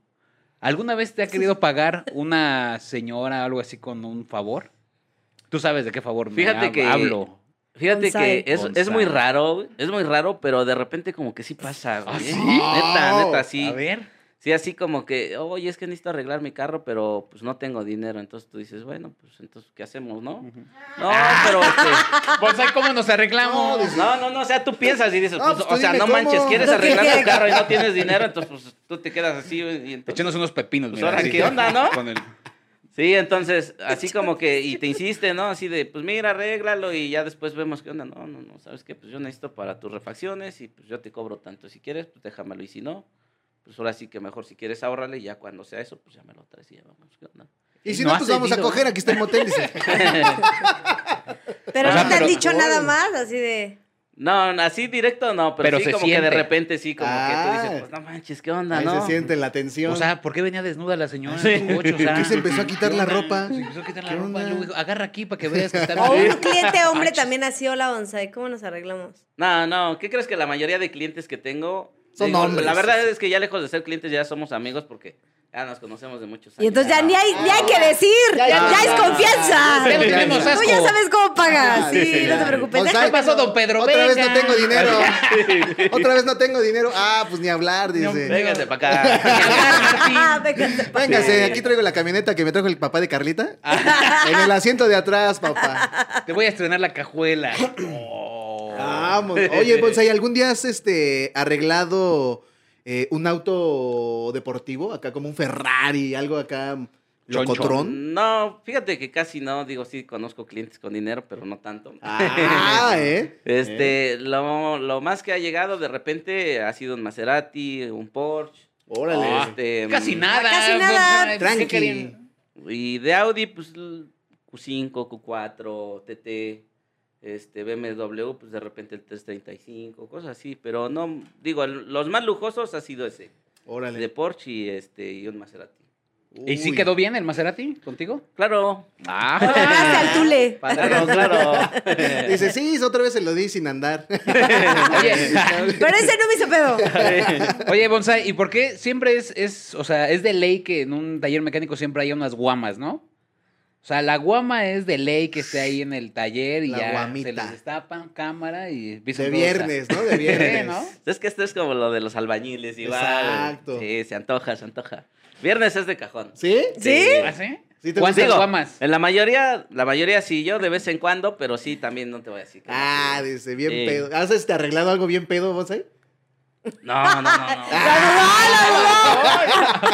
B: ¿Alguna vez te ha querido pagar una señora algo así con un favor? Tú sabes de qué favor me
A: Fíjate
B: hab-
A: que-
B: hablo.
A: Fíjate
D: Bonsai.
A: que es, es muy
B: Bonsai.
A: raro, güey, es muy raro, pero de repente como que sí pasa, güey.
B: ¿Ah,
A: ¿eh?
B: sí?
A: Neta, neta,
B: A
A: sí.
B: ver.
A: Sí, así como que, oye, es que necesito arreglar mi carro, pero pues no tengo dinero. Entonces tú dices, bueno, pues entonces, ¿qué hacemos, no? No, pero... este,
B: Bonsai, Pues ¿cómo nos arreglamos?
A: no, no, no, o sea, tú piensas y dices,
C: No,
A: pues,
C: pues,
A: o
C: tú
A: sea,
C: dime
A: no manches,
C: cómo.
A: quieres
D: ¿Tú qué
A: arreglar tu
D: quieres?
A: carro y no tienes dinero, entonces pues tú te quedas así, güey, y entonces...
B: Echenos unos pepinos.
A: Pues
B: mira,
A: ahora,
B: así.
A: ¿qué onda, no?
B: Con el-
A: Sí, entonces, así como que, y te insiste, ¿no? Así de, pues mira, arréglalo y ya después vemos qué onda. No, no, no, ¿sabes qué? Pues yo necesito para tus refacciones y pues yo te cobro tanto. Si quieres, pues déjamelo. Y si no, pues ahora sí que mejor si quieres ahorrarle y ya cuando sea eso, pues ya me lo traes y ya vamos, ¿qué onda?
C: Y si
B: No
C: no,
B: ha
C: pues vamos a
B: cedido.
C: coger, aquí está el motel. dice.
D: Pero
B: O sea,
D: no te han
B: pero-
D: dicho
C: Ay.
D: nada más, así de.
A: No, no, así directo no, pero,
B: Pero
A: sí
B: se
A: como que
B: siente.
A: de repente sí, como que tú
C: Ah.
A: dices, pues no manches, ¿qué onda,
C: Ahí
A: no?
C: se siente la tensión.
B: O sea, ¿por qué venía desnuda la señora?
A: Sí.
B: en su coche? O sea,
C: ¿Qué se empezó a quitar la
B: ¿qué onda?
C: ropa?
B: Se empezó a quitar la
C: ¿Qué
B: ropa.
C: onda?
B: Luego dijo, agarra aquí para que veas que está
D: O un
B: bien. Ah,
D: cliente hombre también así, hola, bonsai, ¿cómo nos arreglamos?
A: No, no, ¿qué crees que la mayoría de clientes que tengo
C: Son
A: digo,
C: hombres.
A: La verdad es que ya lejos de ser clientes ya somos amigos porque ya nos conocemos de muchos años.
D: Y entonces ya ni hay,
C: Ah,
D: ni hay que decir, ya,
C: Ya, ya,
D: es
C: ya,
D: confianza.
B: ya,
C: ya, ya.
D: Tú ya sabes cómo pagas.
C: Sí,
D: Ah, Sí, no
C: Ah, ya.
D: te preocupes.
C: Bonsai,
D: déjalo.
B: ¿Qué pasó, don Pedro?
C: Otra vez no
B: Venga.
C: tengo dinero. Otra vez no tengo dinero. Ah, pues ni hablar, dice.
A: Véngase para acá.
D: Ah, venga.
C: Véngase, aquí traigo la camioneta que me trajo el papá de Carlita.
B: Ah.
C: En el asiento de atrás, papá.
B: Te voy a estrenar la cajuela. Oh.
C: Vamos. Oye, Bonsai, ¿algún día has este, arreglado eh, un auto deportivo? Acá como un Ferrari, algo acá locotrón.
A: No, fíjate que casi no, digo, sí conozco clientes con dinero, pero no tanto.
C: Ah, ¿eh?
A: Este, lo, lo más que ha llegado de repente ha sido un Maserati, un Porsche.
C: Órale.
B: Ah,
A: Este,
B: casi
A: mm,
B: nada.
D: Casi nada.
B: ¿Qué
C: Tranqui.
B: querían?
A: Y de Audi, pues l- Q5, Q4, TT, este, BMW, pues de repente el 335, cosas así. Pero no, digo, el- los más lujosos ha sido ese, el de
C: Órale.
A: Porsche y, este, y un Maserati.
B: ¿Y sí
C: Uy.
B: quedó bien el Maserati contigo?
A: Claro,
D: Ah, hasta el tule.
A: claro, claro.
C: Dice, sí, otra vez se lo di sin andar.
B: Oye,
D: Pero ese no me hizo pedo.
B: Oye, Bonsai, ¿y por qué siempre es, es, o sea, es de ley que en un taller mecánico siempre hay unas guamas, ¿no? O sea, la guama es de ley que esté ahí en el taller y
C: La
B: ya
C: guamita.
B: se les destapan cámara y empiezan
C: De
B: todos a-
C: viernes, ¿no? De
B: ah. Sí,
C: viernes.
B: ¿no?
A: Es que esto es como lo de los albañiles, igual.
C: Exacto.
A: Sí, se antoja, se antoja. Viernes es de cajón.
C: ¿Sí?
D: ¿Sí?
B: ¿Ah, sí?
C: ¿Sí te
B: ¿Cuántas
A: Digo,
B: guamas?
A: En la mayoría, la mayoría sí, yo de vez en cuando, pero sí, también no te voy a decir. que no.
C: Ah, dice, bien
A: Sí.
C: pedo. ¿Has este, arreglado algo bien pedo, Bonsai?
A: No, no, no, no.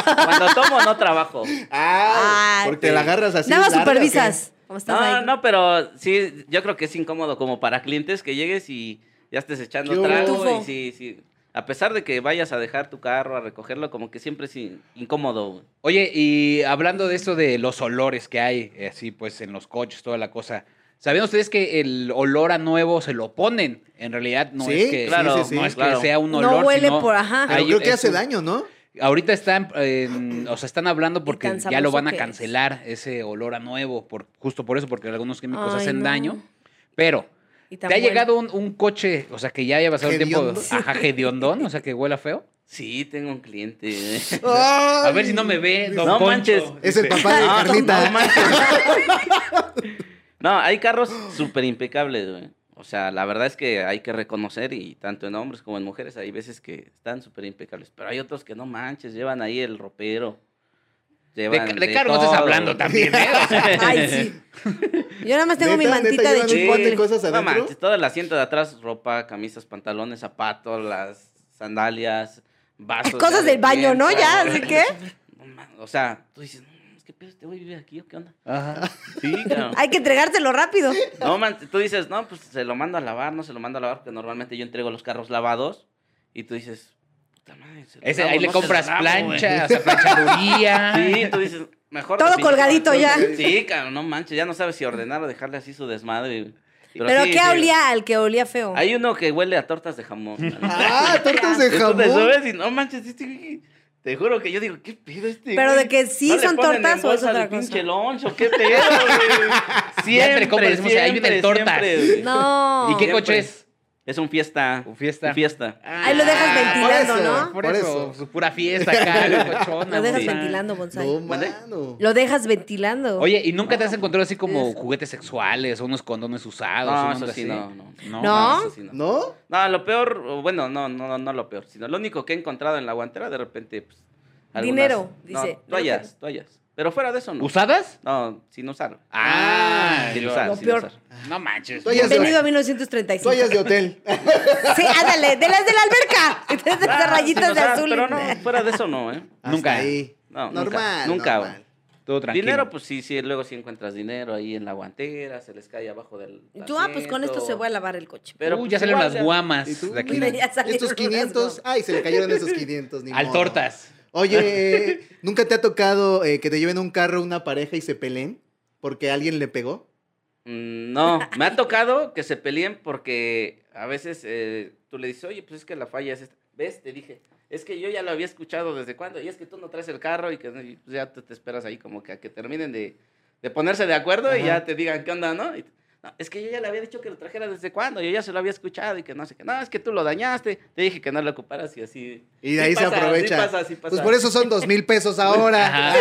A: Cuando tomo no trabajo.
C: Ah,
D: Ay,
C: porque
A: sí.
C: la agarras así.
D: Nada más
C: larga,
D: supervisas. ¿Cómo estás
A: No,
D: ahí?
A: no, pero sí, yo creo que es incómodo como para clientes que llegues y ya estés
C: Yo-
A: echando trago
D: Tufo.
A: y sí, sí. A pesar de que vayas a dejar tu carro a recogerlo, como que siempre es in- incómodo. güey.
B: Oye, y hablando de esto de los olores que hay, eh, así pues en los coches, toda la cosa. ¿Sabían ustedes que el olor a nuevo se lo ponen? En realidad no
C: Sí,
B: es que,
A: claro,
B: no es que
A: sí, claro.
B: sea un
D: No
B: olor.
D: huele
B: sino-
D: por- ajá.
A: Ah,
C: Pero
B: Ahí
C: creo que
B: es
C: hace
B: un-
C: daño, ¿no?
B: Ahorita están, en- o sea, están hablando porque
D: tan
B: ya lo
D: sabroso
B: van a
D: que es.
B: cancelar ese olor a nuevo, por, justo por eso, porque algunos químicos
D: Ay,
B: hacen
D: no.
B: daño. Pero,
D: Y
B: ¿te
D: tan
B: ha
D: bueno.
B: llegado un, un coche, o sea, que ya haya pasado el tiempo,
C: ¿Hediondo?
B: ajá, hediondón, o sea, que huela feo?
A: Sí, tengo un cliente.
B: A ver si no me ve, don
A: No Ah,
B: Poncho.
A: manches.
C: Es el papá de Carlita.
A: No, hay carros súper impecables, güey. O sea, la verdad es que hay que reconocer, y tanto en hombres como en mujeres, hay veces que están súper impecables. Pero hay otros que no manches, llevan ahí el ropero.
B: De,
A: llevan
B: de carro no estás
A: todo.
B: hablando también, ¿eh? O sea,
D: Ay, sí. Yo nada más tengo mi
C: Neta,
D: mantita
C: neta,
D: de
C: llevan un bote de
D: chipotle.
C: cosas
A: No
C: adentro.
A: manches, todo el asiento de atrás, ropa, camisas, pantalones, zapatos, las sandalias, vasos.
D: Cosas
A: de
D: del baño, ¿no?
A: aliento,
D: Ya,
A: güey.
D: así que.
A: No man- O sea, tú dices, no, mames, ¿qué pedo? ¿Este güey vive aquí o qué onda?
B: ajá.
A: Sí, cabrón.
D: Hay que entregártelo rápido.
A: No, man, tú dices, no, pues se lo mando a lavar, no se lo mando a lavar, porque normalmente yo entrego los carros lavados y tú dices, puta madre, se lo
B: Ese,
A: lavo,
B: ahí le
A: no se lo
B: compras
A: lavo,
B: plancha, o sea, planchaduría.
A: güey. Sí, tú dices, mejor.
D: Todo
A: lo pinto.
D: colgadito ya.
A: Sí, cabrón, no manches, ya no sabes si ordenar o dejarle así su desmadre. güey.
D: Pero
A: sí,
D: ¿qué
A: sí.
D: olía al que olía feo?
A: Hay uno que huele a tortas de jamón. man.
C: Ah, tortas de
A: Tú te
C: jamón.
A: subes y no manches, este güey, Te juro que yo digo, ¿qué pedo este?
D: Pero
A: güey?
D: de que sí
A: ¿No le
D: son
A: ponen
D: tortas
A: en
D: o es
A: bolsa
D: otra
A: el
D: cosa?
A: pinche lunch o qué pedo, güey? Siempre,
B: ¿cómo le decimos? Ahí vienen
A: siempre,
B: tortas.
A: siempre, güey.
D: No.
B: ¿Y qué
A: Siempre.
B: coche es?
A: Es un fiesta.
B: Un fiesta. Ah,
A: Un fiesta.
D: Ahí lo dejas ventilando,
C: por eso.
D: ¿no?
B: Por,
C: Por
B: eso,
C: eso.
B: su pura fiesta acá, locochona,
D: Lo dejas
A: Sí.
B: bonsai.
D: ventilando, bonsai.
C: No,
A: ¿Mande?
C: mano.
D: Lo dejas ventilando.
B: Oye, ¿y nunca te has encontrado así como juguetes sexuales o unos condones usados?
A: No,
B: una
A: eso
B: onda
A: sí,
B: así?
A: no, no.
B: No.
D: ¿No?
A: eso sí no.
C: ¿No?
A: No, lo peor, o bueno, no, no, no, no lo peor, sino lo único que he encontrado en la guantera, de repente, pues.
D: Dinero,
A: no,
D: dice.
A: toallas, toallas. Pero fuera de eso, no.
B: ¿Usadas?
A: No, sin usar.
B: Ah,
A: sin
B: yo-
A: usar,
D: Lo
A: sin
D: peor.
A: usar.
B: no manches.
C: Tú ya
B: bonsai.
D: Bienvenido a 1935.
C: Toallas de hotel.
D: Sí, ándale, de las de la alberca. De las de
A: Ah,
D: rayitas
A: sin
D: de
A: usar,
D: azul.
A: Pero no, fuera de eso, no, ¿eh?
C: Hasta
B: Nunca.
C: ahí.
A: No, nunca,
C: normal.
A: nunca,
C: normal.
B: Todo tranquilo.
A: Dinero, pues sí, sí, luego sí encuentras dinero ahí en la guantera, se les cae abajo del.
D: Y Tú, ah, pues con esto se
A: asiento.
D: va a lavar el coche.
A: Pero
B: Uy,
A: pues,
B: Uh, ya salieron
A: igual,
B: las
A: ya-
C: ¿Y tú?
B: guamas de aquí.
D: Mira, ya salieron
C: Estos
D: las
C: 500. Ay, se le cayeron esos 500. Ni
B: Al
C: modo.
B: tortas.
C: Oye, ¿nunca te ha tocado eh, que te lleven un carro una pareja y se peleen porque alguien le pegó?
A: Mm, No, me ha tocado que se peleen porque a veces eh, tú le dices, oye, pues es que la falla es esta. ¿Ves? Te dije, es que yo ya lo había escuchado desde cuándo y es que tú no traes el carro y que y pues, ya te, te esperas ahí como que a que terminen de, de ponerse de acuerdo y
C: Ajá.
A: ya te digan qué onda, ¿no? Y- no, es que yo ya le había dicho que lo trajera desde cuándo, yo ya se lo había escuchado y que no sé qué. No, es que tú lo dañaste, te dije que no lo ocuparas y así.
C: Y de ahí se aprovecha.
A: Sí pasa, sí pasa.
C: Pues por eso son dos mil pesos ahora.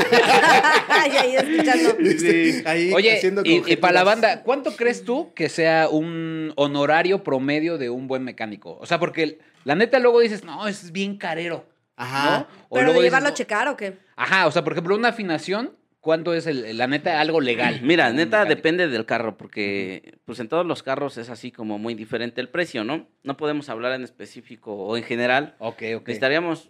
D: Ay, ahí escuchando.
A: Sí.
C: Ahí
B: Oye,
C: haciendo
B: y,
C: conjeturas.
B: para la banda, ¿cuánto crees tú que sea un honorario promedio de un buen mecánico? O sea, porque la neta luego dices, no, es bien carero.
C: Ajá.
B: ¿no? O
D: ¿Pero de
B: luego dices,
D: llevarlo a
B: "No".
D: checar o qué?
B: Ajá, o sea, por ejemplo, una afinación, ¿cuánto es el- la neta algo legal?
A: Mira,
B: Un
A: neta,
B: mecánico.
A: depende del carro, porque pues en todos los carros es así como muy diferente el precio, ¿no? No podemos hablar en específico o en general.
B: Ok, ok.
A: Necesitaríamos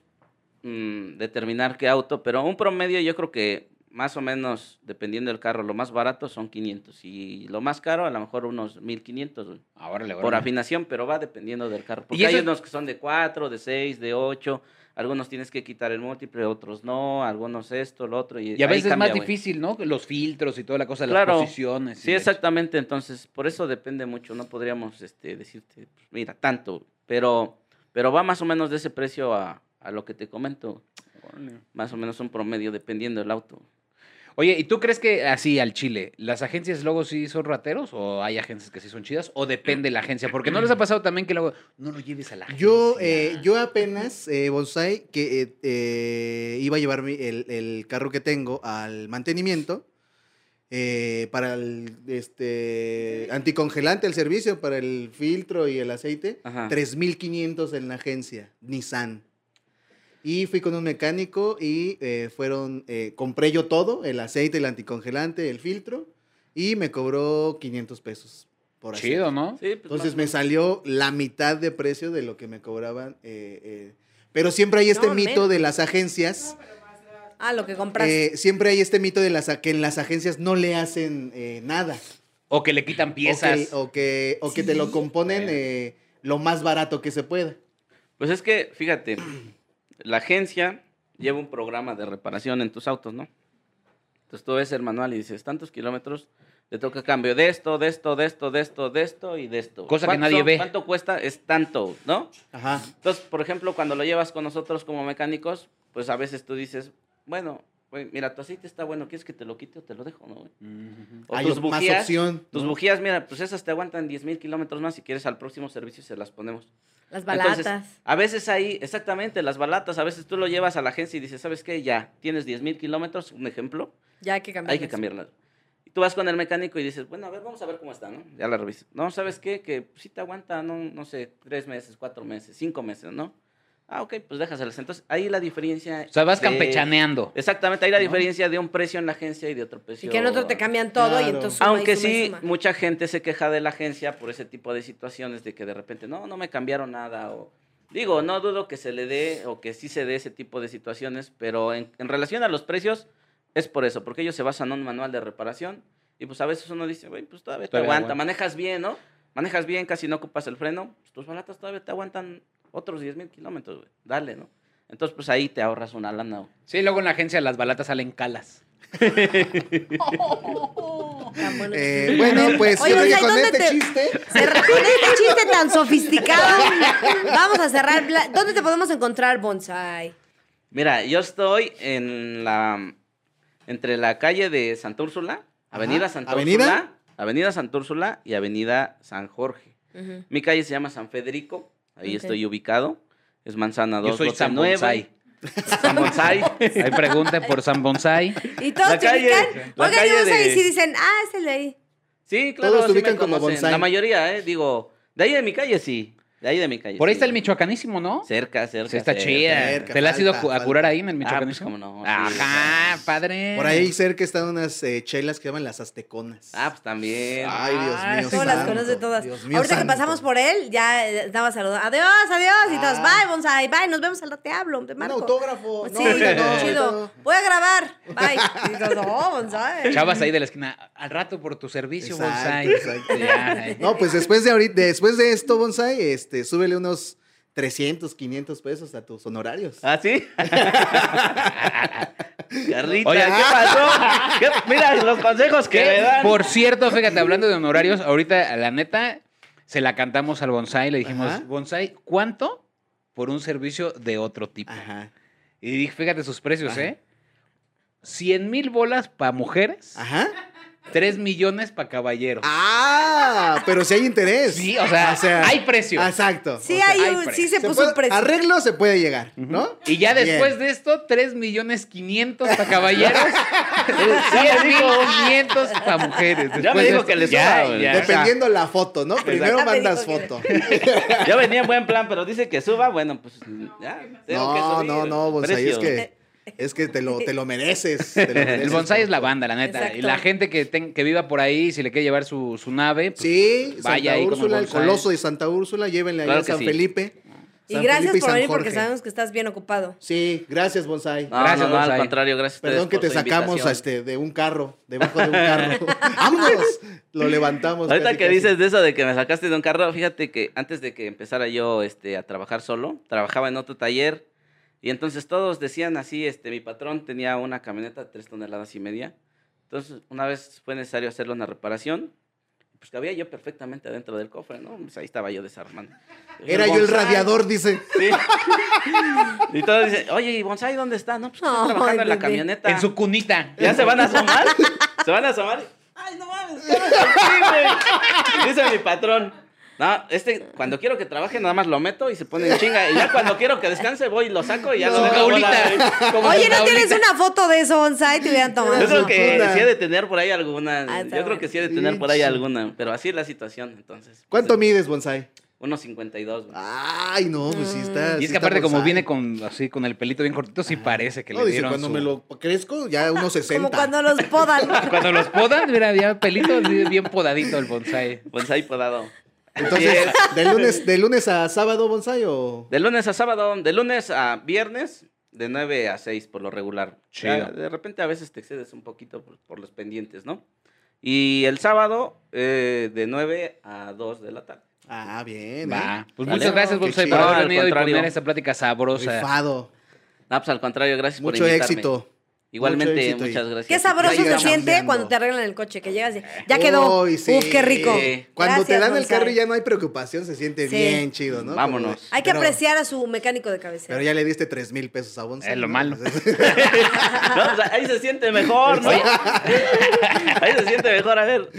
A: mm, determinar qué auto, pero un promedio yo creo que más o menos, dependiendo del carro, lo más barato son 500 y lo más caro a lo mejor unos 1500 güey,
B: Ah, órale,
A: por
B: órale.
A: afinación, pero va dependiendo del carro. Porque
B: eso
A: hay
B: es-
A: unos que son de 4, de 6, de 8, algunos tienes que quitar el múltiple, otros no, algunos esto, lo otro. Y,
B: Y a
A: ahí
B: veces es
A: cambia,
B: más
A: güey.
B: difícil, ¿no? Los filtros y toda la cosa, las
A: Claro.
B: posiciones. y
A: Sí,
B: la-
A: exactamente. Entonces, por eso depende mucho. No podríamos este, decirte, pues, mira, tanto. Pero, pero va más o menos de ese precio a, a lo que te comento. Más o menos un promedio, dependiendo del auto.
B: Oye, ¿y tú crees que así al Chile, las agencias luego sí son rateros o hay agencias que sí son chidas o depende la agencia? Porque no les ha pasado también que luego no lo lleves a la agencia.
C: Yo, eh, yo apenas, eh, Bonsai, que eh, eh, iba a llevar mi- el, el carro que tengo al mantenimiento eh, para el este, anticongelante, el servicio, para el filtro y el aceite.
A: Ajá.
C: 3.500 en la agencia, Nissan. Y fui con un mecánico y eh, fueron, eh, compré yo todo, el aceite, el anticongelante, el filtro, y me cobró 500 pesos por hacer.
B: Chido, ¿no?
A: Sí, pues,
C: Entonces
A: más o
C: me
A: menos.
C: salió la mitad de precio de lo que me cobraban. eh, eh. Pero siempre hay este
D: No,
C: mito
D: men.
C: de las agencias.
D: Ah, lo que compraste.
C: eh, siempre hay este mito de las a- que en las agencias no le hacen eh, nada.
B: O que le
C: O
B: quitan
C: que,
B: piezas.
C: o que, o que te lo componen
B: Bueno.
C: eh, lo más barato que se pueda.
A: Pues es que, fíjate, la agencia lleva un programa de reparación en tus autos, ¿no? Entonces tú ves el manual y dices, tantos kilómetros, le toca cambio de esto, de esto, de esto, de esto, de esto y de esto.
B: Cosa que
A: ¿Cuánto-
B: nadie ve.
A: ¿Cuánto cuesta? Es tanto, ¿no?
C: Ajá.
A: Entonces, por ejemplo, cuando lo llevas con nosotros como mecánicos, pues a veces tú dices, bueno, güey, mira, tu aceite está bueno, ¿quieres que te lo quite o te lo dejo? No, güey?
B: Mm,
A: O
C: hay
A: tus
C: op- más
A: bujías,
C: opción.
A: tus
C: ¿no?
A: bujías, mira, pues esas te aguantan 10 mil kilómetros más, si quieres al próximo servicio se las ponemos.
D: Las
A: Entonces,
D: balatas.
A: a veces ahí, exactamente, las balatas, a veces tú lo llevas a la agencia y dices, ¿sabes qué? Ya, tienes 10 mil kilómetros, un ejemplo,
D: ya hay que cambiar.
A: hay que cambiarlas. Y tú vas con el mecánico y dices, bueno, a ver, vamos a ver cómo está, ¿no? Ya la revisas. No, ¿sabes qué? Que sí te aguanta, no, no sé, tres meses, cuatro meses, cinco meses, ¿no? Ah, ok, pues déjaselas. Entonces, ahí la diferencia...
B: O sea, vas
A: de-
B: campechaneando.
A: Exactamente, ahí la
B: ¿No?
A: diferencia de un precio en la agencia y de otro precio...
D: Y que en otro te cambian todo y
C: Claro.
D: entonces. suma y
A: Aunque
D: suma y
A: sí,
D: suma.
A: mucha gente se queja de la agencia por ese tipo de situaciones de que de repente, no, no me cambiaron nada o... Digo, no dudo que se le dé o que sí se dé ese tipo de situaciones, pero en, en relación a los precios es por eso, porque ellos se basan en un manual de reparación y pues a veces uno dice, güey, pues todavía te
B: Todavía
A: aguanta,
B: aguanta.
A: manejas bien, ¿no? Manejas bien, casi no ocupas el freno, pues tus balatas todavía te aguantan otros 10 mil kilómetros, güey, dale, ¿no? Entonces pues ahí te ahorras una lana. güey.
B: Sí, luego en la agencia las balatas salen calas.
D: Oh, Tan bueno. este
C: Eh, bueno, pues
D: Oye,
C: yo creo que
D: Bonsai,
C: con
D: ¿dónde
C: este
D: te-
C: chiste.
D: Cerra- Con este chiste tan sofisticado, vamos a cerrar. Bla- ¿Dónde te podemos encontrar, Bonsai?
A: Mira, yo estoy en la entre la calle de Santa Úrsula, Avenida Santa
C: ¿Avenida?
A: Úrsula, Avenida Santa Úrsula y Avenida San Jorge.
D: Ujú.
A: Mi calle se llama San Federico, ahí
D: Ok.
A: estoy ubicado. Es Manzana 2,
B: Yo soy
A: lote
B: San
A: nueve.
B: Bonsai.
A: San Bonsai.
B: Hay pregunta por San Bonsai.
D: Y todos
A: La
D: te
A: calle-
D: ubican.
A: la
D: Oigan, y
A: calle
D: Bonsai,
A: de-
D: y si dicen, ah, es el de ahí.
A: Sí, claro,
C: Todos te
A: sí me
C: ubican como
A: conocen.
C: Bonsai.
A: La mayoría, eh, digo, de ahí de mi calle sí, de ahí de mi calle.
B: Por ahí
A: sí.
B: está el michoacanísimo, ¿no?
A: Cerca, cerca.
B: Sí, está
A: cerca.
B: chida.
C: cerca,
B: ¿Te la has ido
C: falta,
B: a curar
C: falta.
B: ahí en el
A: Ah,
B: Michoacán?
A: pues cómo no. sí.
B: Ajá, padre.
C: Por ahí cerca están unas eh, chelas que llaman las azteconas.
A: Ah, pues también.
C: Ay,
B: Ah,
C: Dios mío.
D: ¿Cómo las
C: santo,
D: conoce todas?
C: Dios mío
D: Ahorita
C: santo.
D: que pasamos por él, ya eh, estaba saludando. Adiós, adiós. Y todos,
C: Ah.
D: bye, Bonsai, bye. Nos vemos al rato, te hablo, te
C: Un
D: marco.
C: autógrafo. No,
D: sí,
C: ahorita no, ahorita
D: chido.
C: no.
D: Voy a grabar. Bye. Y todos, oh, Bonsai.
B: Chavas ahí de la esquina. Al rato por tu servicio,
C: Exacto,
B: Bonsai.
C: exacto.
B: Ya, eh.
C: No, pues después de ahorita, después de esto, Bonsai, este, súbele unos
B: Ah.
C: 300, 500 pesos a tus honorarios.
A: ¿Ah, sí? Carlita,
B: Oye,
A: ¿qué pasó? ¿Qué- Mira los consejos que me
B: Que,
A: dan.
B: Por cierto, fíjate, hablando de honorarios, ahorita, la neta, se la cantamos al Bonsai. Le dijimos,
C: Ajá.
B: Bonsai, ¿cuánto por un servicio de otro tipo?
C: Ajá.
B: Y dije, fíjate sus precios,
C: Ajá.
B: ¿eh? 100 mil bolas para mujeres,
C: Ajá.
B: 3 millones para caballeros.
C: Ah, pero si hay interés.
B: Sí, o sea, hay precio.
C: Exacto.
D: Sí,
C: O sea,
D: hay
B: hay
D: un-
B: precio.
D: sí se,
C: se
D: puso
C: puede-
D: un precio.
C: Arreglo se puede llegar, ¿no?
B: Y ya
C: Bien.
B: después de esto, 3 millones 500 para caballeros, 100 mil 500 para mujeres.
A: Ya
B: Después
A: me
B: de
A: dijo
B: esto,
A: que les
B: ya,
A: sobra, güey.
B: ya, o sea,
C: Dependiendo la foto, ¿no? Primero
D: Ya me
C: mandas
D: dijo que-
C: foto.
A: Yo venía en buen plan, pero dice que suba, bueno, pues ya. tengo que
C: No,
A: subir
C: no, no,
A: el
C: bonsai, es
A: precio.
C: que, es que te, lo, te lo mereces. te lo mereces.
B: El bonsai es la banda, la neta.
D: Exacto.
B: Y la gente que, ten- que viva por ahí, si le quiere llevar su, su nave, pues,
C: Sí,
B: Vaya
C: Santa
B: ahí con el
C: Úrsula, el
B: bonsai.
C: Coloso de Santa Úrsula, llévenle ahí
B: Claro
C: a
B: que
C: San
B: sí.
C: Felipe.
D: y
C: San
D: gracias
C: Felipe y
D: por
C: San
D: venir porque
C: Jorge.
D: sabemos que estás bien ocupado.
C: Sí, gracias, Bonsai.
A: No,
B: Gracias,
A: no, no, al
B: Bonsai.
A: contrario, gracias. a ustedes
C: Perdón que
A: por
C: te
A: su
C: sacamos
A: invitación.
C: a este, de un carro, debajo de un carro. ¡Vámonos! Lo levantamos.
A: Ahorita
C: Pues casi,
A: que
C: casi.
A: dices de eso de que me sacaste de un carro, fíjate que antes de que empezara yo este, a trabajar solo, trabajaba en otro taller y entonces todos decían así, este, mi patrón tenía una camioneta de tres toneladas y media, entonces una vez fue necesario hacerle una reparación, pues cabía yo perfectamente adentro del cofre, ¿no? Pues ahí estaba yo desarmando.
C: Era yo el
A: Bonsai.
C: radiador, dice.
A: Sí. Y todos dicen, oye, ¿y Bonsai dónde está? No, pues estoy
D: Ay,
A: trabajando en la
D: bebé.
A: camioneta.
B: en su cunita.
A: ¿Ya se van a asomar? ¿Se van a asomar? ¡Ay, no mames! estamos aquí, güey. Dice mi patrón. No, este, cuando quiero que trabaje, nada más lo meto y se pone en chinga. Y ya cuando quiero que descanse, voy y lo saco y ya
B: Como
A: lo dejo
B: Paulita,
A: volar.
B: como
D: Oye, ¿no
B: Paulita.
D: tienes una foto de eso onsite? Te hubieran tomado.
A: Yo creo
C: su
A: que
C: cuna.
A: sí he de tener por ahí alguna.
D: Ah,
A: Yo
D: está
A: creo que
D: bueno.
A: sí he de tener por ahí
C: Sí.
A: alguna. Pero así es la situación, entonces. Pues,
C: ¿Cuánto
A: mil?
C: mides, Bonsai?
A: 1.52. güey.
C: Ay, no, pues sí está.
B: Y es
C: sí
B: que
C: está
B: aparte, como
C: Bonsai.
B: viene con así con el pelito bien cortito, sí parece que
C: No,
B: le
C: dice,
B: dieron.
C: cuando
B: su-
C: me lo crezco, ya unos 60.
D: Como cuando los podan.
B: Cuando los podan, mira, ya pelito así, bien podadito el bonsai.
A: Bonsai Pues podado.
C: Entonces, de lunes, de lunes a sábado, Bonsai, o.
A: De lunes a sábado, de lunes a viernes, de 9 a 6 por lo regular.
B: Chido.
A: Ya, De repente a veces te excedes un poquito por, por los pendientes, ¿no? Y el sábado, eh, de 9 a 2 de la tarde.
C: Ah, bien.
B: Va.
C: ¿eh?
B: Pues
A: Dale.
B: muchas gracias,
C: Qué
B: bonsai,
C: chido.
B: por
A: No,
B: haber
A: al
B: venido y
A: contrario.
B: poner esta plática sabrosa.
C: Rifado.
A: No, pues al contrario, gracias
C: Mucho
A: por invitarme.
C: éxito.
A: Igualmente,
C: Mucho éxito y-
A: muchas gracias.
D: Qué sabroso
C: Ahí
D: se
C: vamos.
D: siente cuando te arreglan el coche, que llegas y ya quedó.
C: Uy, sí.
D: Uf, qué rico.
A: Sí.
C: Cuando te
D: Gracias,
C: dan el
D: Gonzalo.
C: carro y ya no hay preocupación, se siente
D: Sí.
C: bien chido, ¿no?
A: Vámonos.
C: Como-
D: Hay que
C: pero-
D: apreciar a su mecánico de
C: Pero
D: cabecera.
C: ya le diste 3 mil pesos a Bonsai.
B: Es lo
C: ¿no?
B: malo.
A: No, pues, ahí se siente mejor, ¿no? ahí se siente mejor, a ver.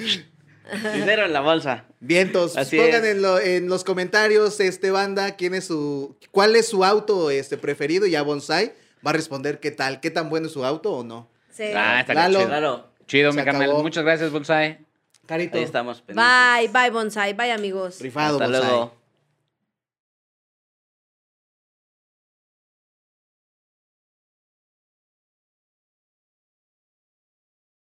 A: Dinero en la bolsa.
C: Vientos,
A: Así
C: pongan
A: es.
C: en, lo- en los comentarios, este banda, quién es su, cuál es su auto este, preferido y a Bonsai va a responder qué tal, qué tan bueno es su auto o no.
D: Sí.
B: Ah, está
C: Lalo.
B: chido.
A: Claro,
B: Chido,
C: Se
B: mi carnal.
C: acabó.
B: Muchas gracias, bonsai.
C: Carito,
A: ahí estamos. pendientes.
D: Bye, bye, bonsai. Bye, amigos.
C: rifado
A: Hasta
C: Bonsai.
A: luego.